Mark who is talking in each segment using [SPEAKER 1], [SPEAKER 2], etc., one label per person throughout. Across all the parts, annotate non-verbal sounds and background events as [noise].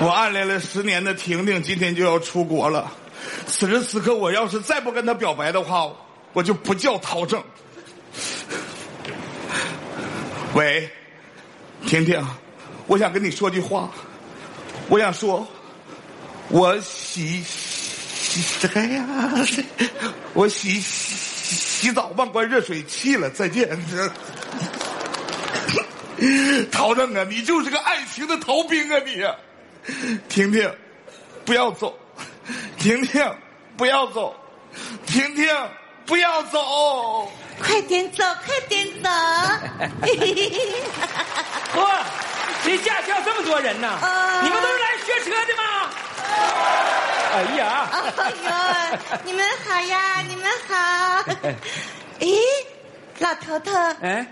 [SPEAKER 1] 我暗恋了十年的婷婷，今天就要出国了。此时此刻，我要是再不跟她表白的话，我就不叫陶正。喂，婷婷，我想跟你说句话，我想说，我洗洗哎呀，我洗洗洗澡忘关热水器了，再见。陶正啊，你就是个爱情的逃兵啊你！婷婷，不要走！婷婷，不要走！婷婷，不要走！
[SPEAKER 2] 快点走，快点走！
[SPEAKER 3] 哇，这驾校这么多人呢
[SPEAKER 2] 啊，
[SPEAKER 3] 你们都是来学车的吗？
[SPEAKER 2] 呃
[SPEAKER 3] 哎呀，
[SPEAKER 2] 哎呦，哦你们好呀，你们好！诶，老头头，
[SPEAKER 3] 哎，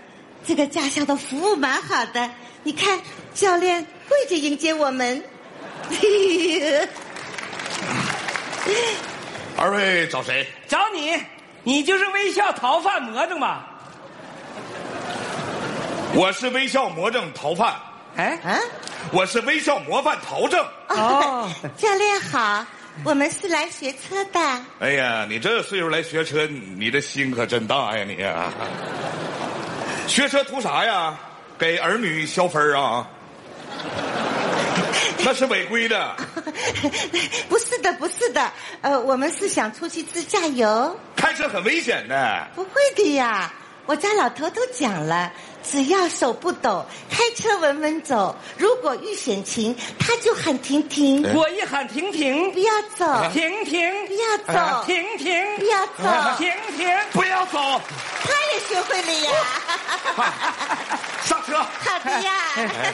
[SPEAKER 2] 这个驾校的服务蛮好的，你看教练跪着迎接我们。
[SPEAKER 1] 二位找谁？
[SPEAKER 3] 找你，你就是微笑逃犯魔怔吧？
[SPEAKER 1] 我是微笑魔怔逃犯，
[SPEAKER 3] 哎，
[SPEAKER 2] [laughs] 啊，
[SPEAKER 1] 我是微笑模范陶正。
[SPEAKER 3] 哦，
[SPEAKER 2] 教练好，我们是来学车的。 [laughs]
[SPEAKER 1] 哎呀，你这岁数来学车，你这心可真大呀你啊！学车图啥呀？给儿女消分儿啊？那是违规的。
[SPEAKER 2] 不是的，不是的，呃，我们是想出去自驾游。
[SPEAKER 1] 开车很危险的。
[SPEAKER 2] 不会的呀，我家老头都讲了，只要手不抖，开车稳稳走。如果遇险情，他就喊停停，
[SPEAKER 1] 哎
[SPEAKER 3] 我一喊停停
[SPEAKER 2] 不要走，
[SPEAKER 3] 停停
[SPEAKER 2] 不要走，
[SPEAKER 3] 停停
[SPEAKER 2] 不要走，
[SPEAKER 3] 停停，
[SPEAKER 1] 不要走，
[SPEAKER 2] 他也学会了呀。
[SPEAKER 1] 刹车！
[SPEAKER 2] 好的呀，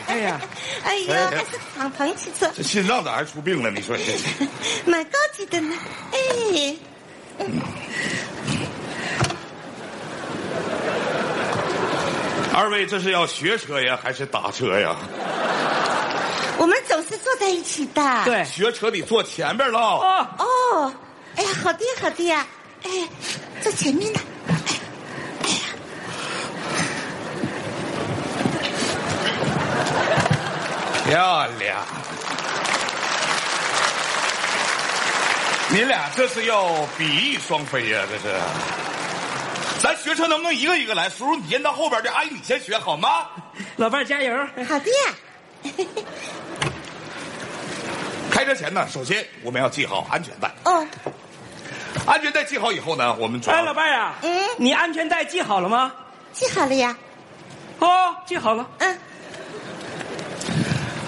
[SPEAKER 3] 哎呀，
[SPEAKER 2] 哎呦，还是敞篷汽车，
[SPEAKER 1] 这心脏咋还出病了？你
[SPEAKER 3] [laughs]
[SPEAKER 1] 说这
[SPEAKER 2] 蛮高级的呢。哎，
[SPEAKER 1] 二位这是要学车呀，还是打车呀？
[SPEAKER 2] 我们总是坐在一起的。。
[SPEAKER 3] 对，
[SPEAKER 1] 学车你坐前边了，
[SPEAKER 3] 哎哦，
[SPEAKER 2] 哦，哎呀，好的呀，好的呀，哎，坐前面的，哎，哎呀，
[SPEAKER 1] 漂亮！你俩这是要比翼双飞呀、这是。咱学车能不能一个一个来？叔叔你先到后边的，阿姨你先学好吗？
[SPEAKER 3] 老伴儿加油！
[SPEAKER 2] 好的呀，
[SPEAKER 1] 开车前呢，首先我们要系好安全带。
[SPEAKER 2] 哦，
[SPEAKER 1] 安全带系好以后呢，我们主要
[SPEAKER 3] 哎，老伴儿啊，
[SPEAKER 2] 嗯
[SPEAKER 3] 你安全带系好了吗？
[SPEAKER 2] 记好了呀，
[SPEAKER 3] 哦，系好了。
[SPEAKER 2] 嗯，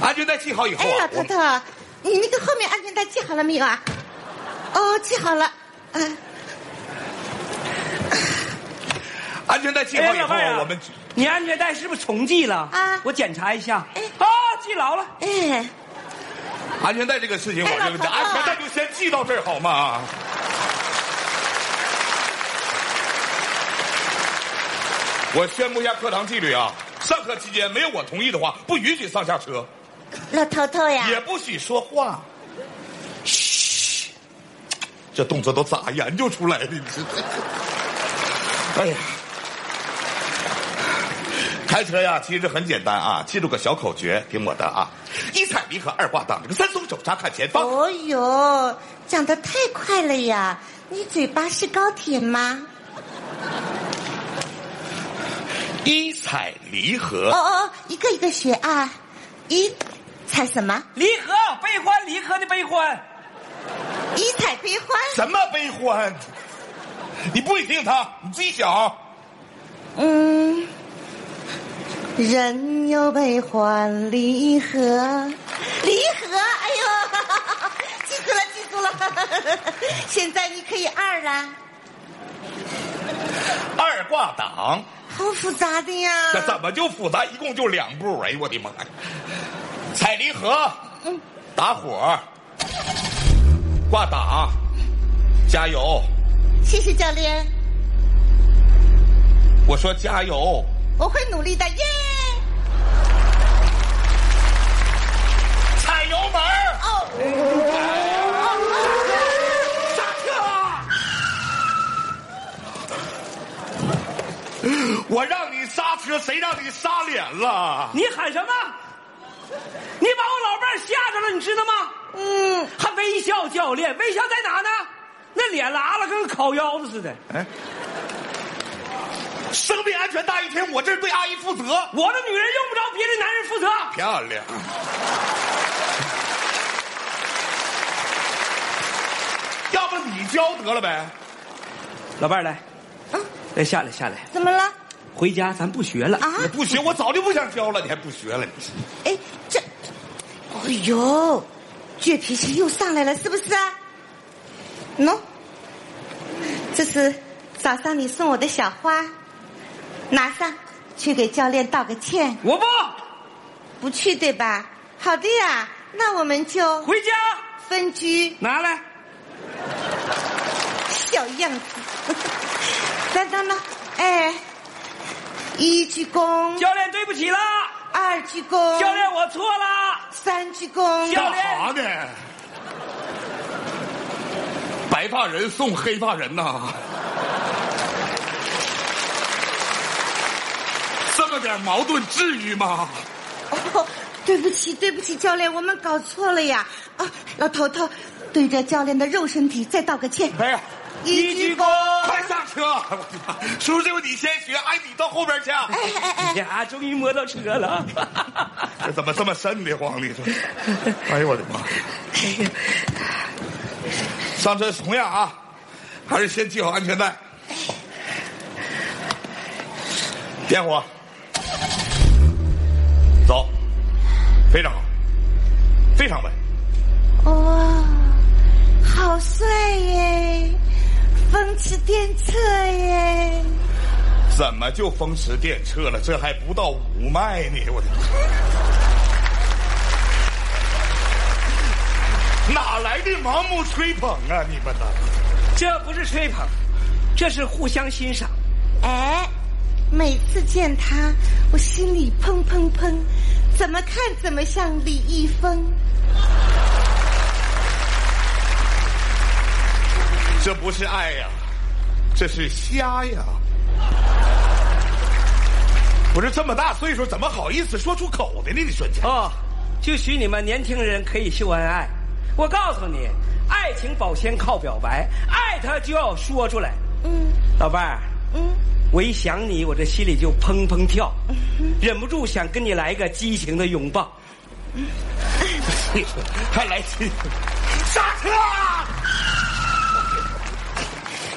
[SPEAKER 1] 安全带系好以后
[SPEAKER 2] 哎，老
[SPEAKER 1] 啊，我
[SPEAKER 2] 头
[SPEAKER 1] 们
[SPEAKER 2] 头，你那个后面安全带系好了没有啊？哦，系好了，嗯，
[SPEAKER 1] 安全带系
[SPEAKER 3] 哎，
[SPEAKER 1] 好以
[SPEAKER 3] 老
[SPEAKER 1] 后
[SPEAKER 3] 伴儿
[SPEAKER 1] 啊，
[SPEAKER 3] 啊，
[SPEAKER 1] 我们
[SPEAKER 3] 你安全带是不是重系了？
[SPEAKER 2] 啊
[SPEAKER 3] 我检查一下。
[SPEAKER 2] 哎
[SPEAKER 3] 啊，系牢了。
[SPEAKER 2] 哎，
[SPEAKER 1] 安全带这个事情，我
[SPEAKER 2] 哎
[SPEAKER 1] 这
[SPEAKER 2] 老
[SPEAKER 1] 个
[SPEAKER 2] 头
[SPEAKER 1] 安全带
[SPEAKER 2] 啊
[SPEAKER 1] 就先系到这儿好吗？我宣布一下课堂纪律啊！上课期间没有我同意的话，不允许上下车，
[SPEAKER 2] 老头头哎呀，
[SPEAKER 1] 也不许说话。嘘，这动作都咋研究出来的？你这，哎呀，开车呀，其实很简单啊，记住个小口诀，听我的啊：一踩离合，二挂档，这个三松手，刹看前方。
[SPEAKER 2] 哦哟，讲的太快了呀，你嘴巴是高铁吗？
[SPEAKER 1] 一踩离合，
[SPEAKER 2] 哦哦哦，一个一个学啊，一踩什么？
[SPEAKER 3] 离合悲欢，离合的悲欢。
[SPEAKER 2] 一踩悲欢。
[SPEAKER 1] 什么悲欢？你不许听他，你自己想。
[SPEAKER 2] 嗯，人有悲欢离合，离合，哎呦，记住了，记住了。 [laughs] 现在你可以二了，
[SPEAKER 1] 二挂档，
[SPEAKER 2] 好复杂的呀。
[SPEAKER 1] 这怎么就复杂？一共就两步。哎呦我的妈呀！踩离合，打火，挂档，加油！
[SPEAKER 2] 谢谢教练，
[SPEAKER 1] 我说加油！
[SPEAKER 2] 我会努力的，耶！
[SPEAKER 1] 踩油门儿，
[SPEAKER 2] 哦，哦，
[SPEAKER 3] 刹车！
[SPEAKER 1] 我让你刹车，谁让你刹脸了？
[SPEAKER 3] 你喊什么？你把我老伴儿吓着了！你知道吗？
[SPEAKER 2] 嗯，
[SPEAKER 3] 还微笑教练，微笑在哪呢？那脸拉了跟烤腰子似的。
[SPEAKER 1] 哎，生命安全大于天，我这是对阿姨负责。
[SPEAKER 3] 我的女人用不着别的男人负责。
[SPEAKER 1] 漂亮。 [laughs] 要不你教得了呗？
[SPEAKER 3] 老伴儿来，
[SPEAKER 2] 啊，
[SPEAKER 3] 来下来下来，
[SPEAKER 2] 怎么了？
[SPEAKER 3] 回家咱不学了。
[SPEAKER 2] 啊
[SPEAKER 1] 你不学，我早就不想教了，你还不学了？你
[SPEAKER 2] 哎，这，哎呦，倔脾气又上来了，是不是啊？喏、这是早上你送我的小花，拿上去给教练道个歉。
[SPEAKER 3] 我不
[SPEAKER 2] 不去对吧？好的呀，那我们就
[SPEAKER 3] 回家，
[SPEAKER 2] 分居。
[SPEAKER 3] 拿来。
[SPEAKER 2] 小样子， [laughs] 等等呢？哎，一鞠躬，
[SPEAKER 3] 教练，对不起啦，
[SPEAKER 2] 二鞠躬，
[SPEAKER 3] 教练，我错啦。
[SPEAKER 2] 三鞠躬，
[SPEAKER 3] 教
[SPEAKER 1] 干
[SPEAKER 3] 练
[SPEAKER 1] 啥呢？ [laughs] 白发人送黑发人呐， [laughs] 这么点矛盾至于吗？
[SPEAKER 2] 哦，对不起，对不起，教练，我们搞错了呀！啊，老头头，对着教练的肉身体再道个歉。
[SPEAKER 1] 哎呀，
[SPEAKER 2] 一鞠躬，
[SPEAKER 1] 快上车！ [laughs] 我的妈叔叔，你先学，哎，你到后边去。
[SPEAKER 2] 哎哎哎，
[SPEAKER 3] 呀，终于摸到车了。 [laughs]
[SPEAKER 1] 这 [laughs] 怎么这么瘆得慌呢？这，哎呦我的妈！上车同样啊，还是先系好安全带。点火，走，非常好，非常稳。
[SPEAKER 2] 哇，好帅耶，风驰电掣耶！
[SPEAKER 1] 怎么就风驰电掣了？这还不到五迈呢！我的妈，哪来的盲目吹捧啊？你们呐！
[SPEAKER 3] 这不是吹捧，这是互相欣赏。
[SPEAKER 2] 哎，每次见他，我心里砰砰砰，怎么看怎么像李易峰。
[SPEAKER 1] 这不是爱呀、这是瞎呀！不是这么大岁数，怎么好意思说出口的呢？你说你
[SPEAKER 3] 哦，就许你们年轻人可以秀恩爱。我告诉你，爱情保鲜靠表白，爱他就要说出来。
[SPEAKER 2] 嗯
[SPEAKER 3] 老伴儿，
[SPEAKER 2] 嗯，
[SPEAKER 3] 我一想你，我这心里就砰砰跳，忍不住想跟你来个激情的拥抱。
[SPEAKER 1] 还来气？刹车！啊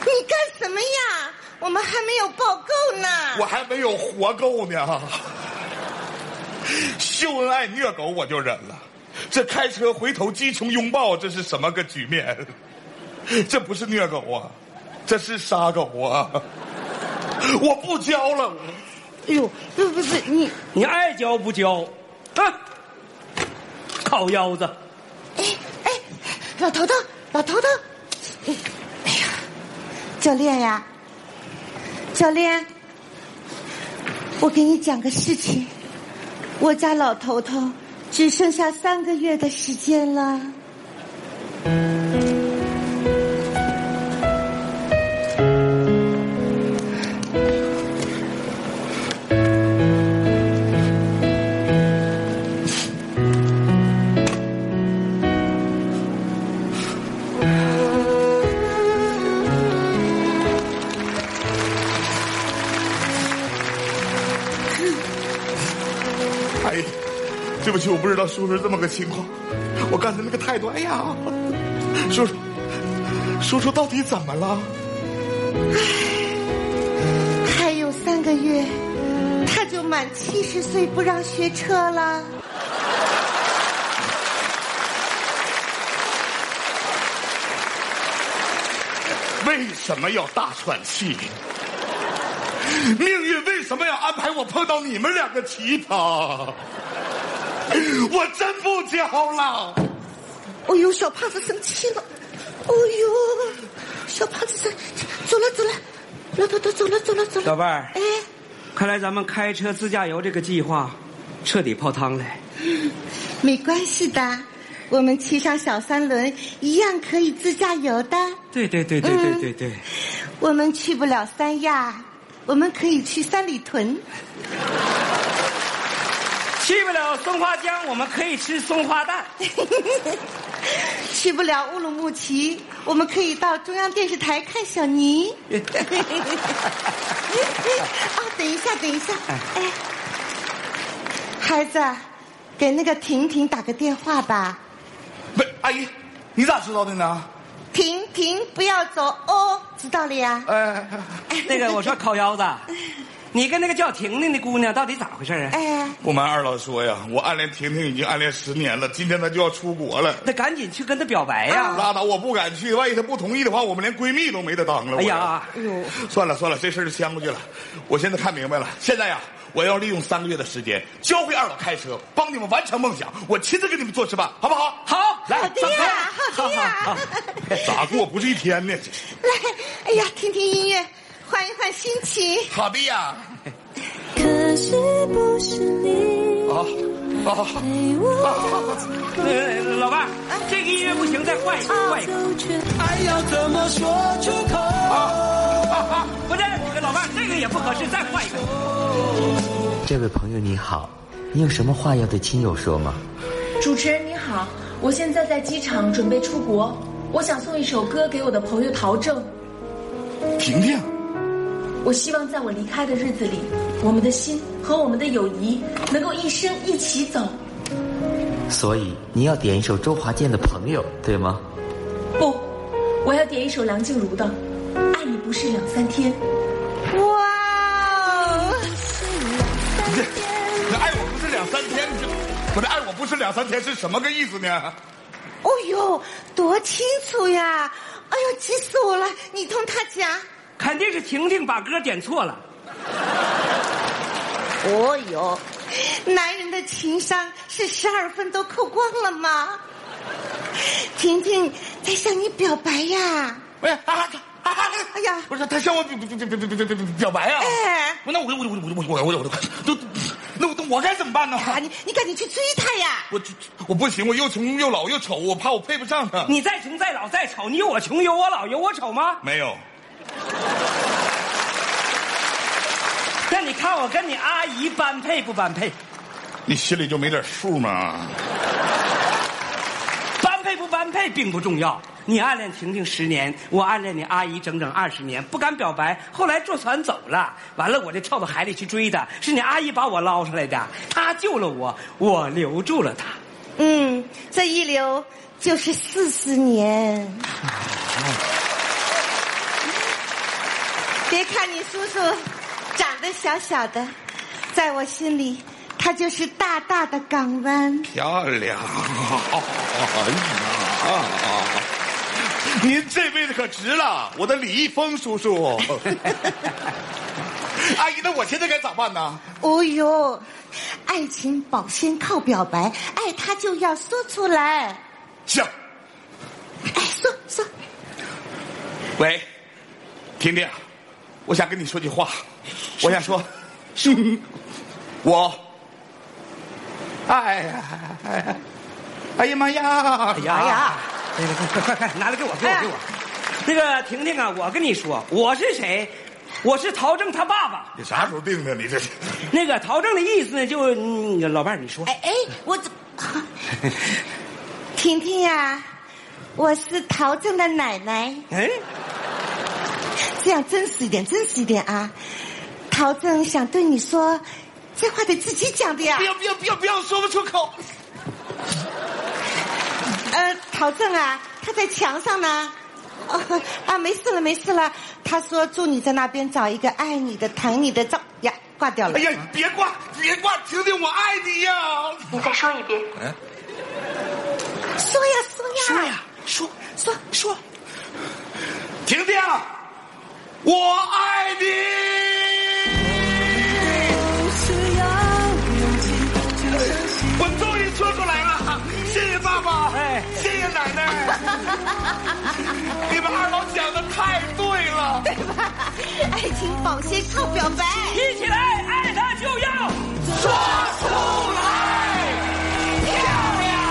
[SPEAKER 2] 你干什么呀？我们还没有报够呢。
[SPEAKER 1] 我还没有活够呢。秀恩爱虐狗我就忍了，这开车回头激情拥抱，这是什么个局面？这不是虐狗啊，这是杀狗啊！我不教了，
[SPEAKER 2] 哎呦，不不不，你
[SPEAKER 3] 你爱教不教？啊，烤腰子，
[SPEAKER 2] 哎哎，老头头，老头头，哎呀，教练呀，教练，我给你讲个事情，我家老头头只剩下三个月的时间了。
[SPEAKER 1] 哎呀，对不起，我不知道叔叔这么个情况，我刚才那个态度，哎呀，叔叔，叔叔到底怎么了？
[SPEAKER 2] 还有三个月，他就满七十岁，不让学车了。
[SPEAKER 1] 为什么要大喘气？命运为什么要安排我碰到你们两个奇葩？我真不教了，
[SPEAKER 2] 哦呦，小胖子生气了。哦呦，小胖子生，走了走了，老头头走了走了走
[SPEAKER 3] 老
[SPEAKER 2] 了。
[SPEAKER 3] 伴儿，
[SPEAKER 2] 哎，
[SPEAKER 3] 看来咱们开车自驾游这个计划彻底泡汤了。
[SPEAKER 2] 没关系的，我们骑上小三轮一样可以自驾游的。
[SPEAKER 3] 对对对对对对对，
[SPEAKER 2] 我们去不了三亚，我们可以去三里屯。
[SPEAKER 3] 去不了松花江，我们可以吃松花
[SPEAKER 2] [laughs]
[SPEAKER 3] 蛋。
[SPEAKER 2] 去不了乌鲁木齐，我们可以到中央电视台看小
[SPEAKER 3] [laughs]
[SPEAKER 2] 尼。啊，等一下，等一下，哎，孩子，给那个婷婷打个电话吧。
[SPEAKER 1] 不是，阿姨，你咋知道的呢？
[SPEAKER 2] 婷婷，不要走哦，知道了呀？
[SPEAKER 1] 哎，
[SPEAKER 3] 那个，我说烤
[SPEAKER 2] [laughs]
[SPEAKER 3] 腰子，你跟那个叫婷婷的姑娘到底咋回事啊？
[SPEAKER 2] 哎，
[SPEAKER 1] 不瞒二老说呀，我暗恋婷婷已经暗恋十年了，今天她就要出国了。
[SPEAKER 3] 那赶紧去跟她表白
[SPEAKER 2] 啊
[SPEAKER 3] 呀、
[SPEAKER 1] 拉倒，我不敢去，万一她不同意的话，我们连闺蜜都没得当了。我
[SPEAKER 3] 哎呀，
[SPEAKER 2] 哎呦，
[SPEAKER 1] 算了算了，这事儿就掀过去了。我现在看明白了，现在呀，我要利用三个月的时间教会二老开车，帮你们完成梦想。我亲自给你们做示范，好不好？
[SPEAKER 3] 好，来，
[SPEAKER 2] 好的呀，好的
[SPEAKER 3] 好好
[SPEAKER 2] 呀
[SPEAKER 3] 好。
[SPEAKER 1] 咋过不是一天呢？这是
[SPEAKER 2] [laughs] 来，哎呀，听听音乐，换一换心情。
[SPEAKER 1] 好的呀，
[SPEAKER 4] 可惜不是你
[SPEAKER 1] 啊啊！
[SPEAKER 4] 陪我走
[SPEAKER 3] 那个呃老伴
[SPEAKER 2] 啊
[SPEAKER 3] 儿，这个音乐不行，再换一个，换一个。
[SPEAKER 4] 走却
[SPEAKER 5] 爱要怎么说出口？
[SPEAKER 3] 不是，那个老伴儿，这个也不合适，再换一个。
[SPEAKER 6] 这位朋友你好，你有什么话要对亲友说吗？
[SPEAKER 7] 主持人你好，我现在在机场准备出国，我想送一首歌给我的朋友陶正。
[SPEAKER 1] 婷婷，
[SPEAKER 7] 我希望在我离开的日子里，我们的心和我们的友谊能够一生一起走。
[SPEAKER 6] 所以你要点一首周华健的《朋友》，对吗？
[SPEAKER 7] 不，我要点一首梁静茹的《爱你不是两三天》。
[SPEAKER 2] 哇哦！
[SPEAKER 1] 你爱我不是两三天，你这不是爱我不是两三天是什么个意思呢？
[SPEAKER 2] 哦呦，多清楚呀！哎呦，急死我了！你同他讲。
[SPEAKER 3] 肯定是婷婷把歌点错了。
[SPEAKER 2] 哦呦，男人的情商是十二分都扣光了吗？婷婷在向你表白呀！
[SPEAKER 1] 喂，啊啊啊！
[SPEAKER 2] 哎呀，
[SPEAKER 1] 不是他向我表表表表表表表白啊！
[SPEAKER 2] 哎，
[SPEAKER 1] 那我我我我我我我我都那我我该怎么办呢？
[SPEAKER 2] 啊，你你赶紧去追他呀！
[SPEAKER 1] 我我不行，我又穷又老又丑，我怕我配不上他。
[SPEAKER 3] 你再穷再老再丑，你有我穷有我老有我丑吗？
[SPEAKER 1] 没有，
[SPEAKER 3] 那你看我跟你阿姨般配不般配？
[SPEAKER 1] 你心里就没点数吗？
[SPEAKER 3] 般配不般配并不重要。你暗恋婷婷十年，我暗恋你阿姨整整二十年，不敢表白。后来坐船走了，完了我就跳到海里去追她，是你阿姨把我捞上来的，她救了我，我留住了她。
[SPEAKER 2] 嗯，这一留就是四十年。别看你叔叔长得小小的，在我心里，他就是大大的港湾。
[SPEAKER 1] 漂亮！哎呀，您这辈子可值了，我的李易峰叔叔。阿姨，那我现在该咋办呢？
[SPEAKER 2] 哦呦，爱情保鲜靠表白，爱他就要说出来。
[SPEAKER 1] 行，
[SPEAKER 2] 哎，说说，
[SPEAKER 1] 喂，婷婷，我想跟你说句话，我想说，嗯我，哎呀，哎呀哎呀妈呀！
[SPEAKER 3] 哎呀，哎呀，哎快快快，拿来给我，给我，给我。那个婷婷啊，我跟你说，我是谁？我是陶正他爸爸。
[SPEAKER 1] 你啥时候定的？你这是
[SPEAKER 3] 那个陶正的意思呢，就、嗯、老伴儿，你说。
[SPEAKER 2] 哎哎，我怎 [laughs] 婷婷呀、我是陶正的奶奶。
[SPEAKER 3] 嗯，
[SPEAKER 2] 这样真实一点，真实一点啊！陶正想对你说，这话得自己讲的呀
[SPEAKER 1] 不。要不要不要不要说不出口。
[SPEAKER 2] 呃，陶正啊，他在墙上呢。 [laughs] 哦、啊，没事了，没事了。他说祝你在那边找一个爱你的、疼你的照呀，挂掉了。
[SPEAKER 1] 哎呀，别挂，别挂，婷婷，我爱你呀！
[SPEAKER 7] 你再说一遍。
[SPEAKER 2] 说呀说呀
[SPEAKER 1] 说呀，说说说，婷婷，我爱你！
[SPEAKER 4] 不需要勇气去相信。
[SPEAKER 1] 我终于说出来了，谢谢爸爸，
[SPEAKER 3] 哎
[SPEAKER 1] 谢谢奶奶， [laughs] 你们二老讲的太对了。
[SPEAKER 2] 爱情保鲜靠表白。
[SPEAKER 3] 一起来。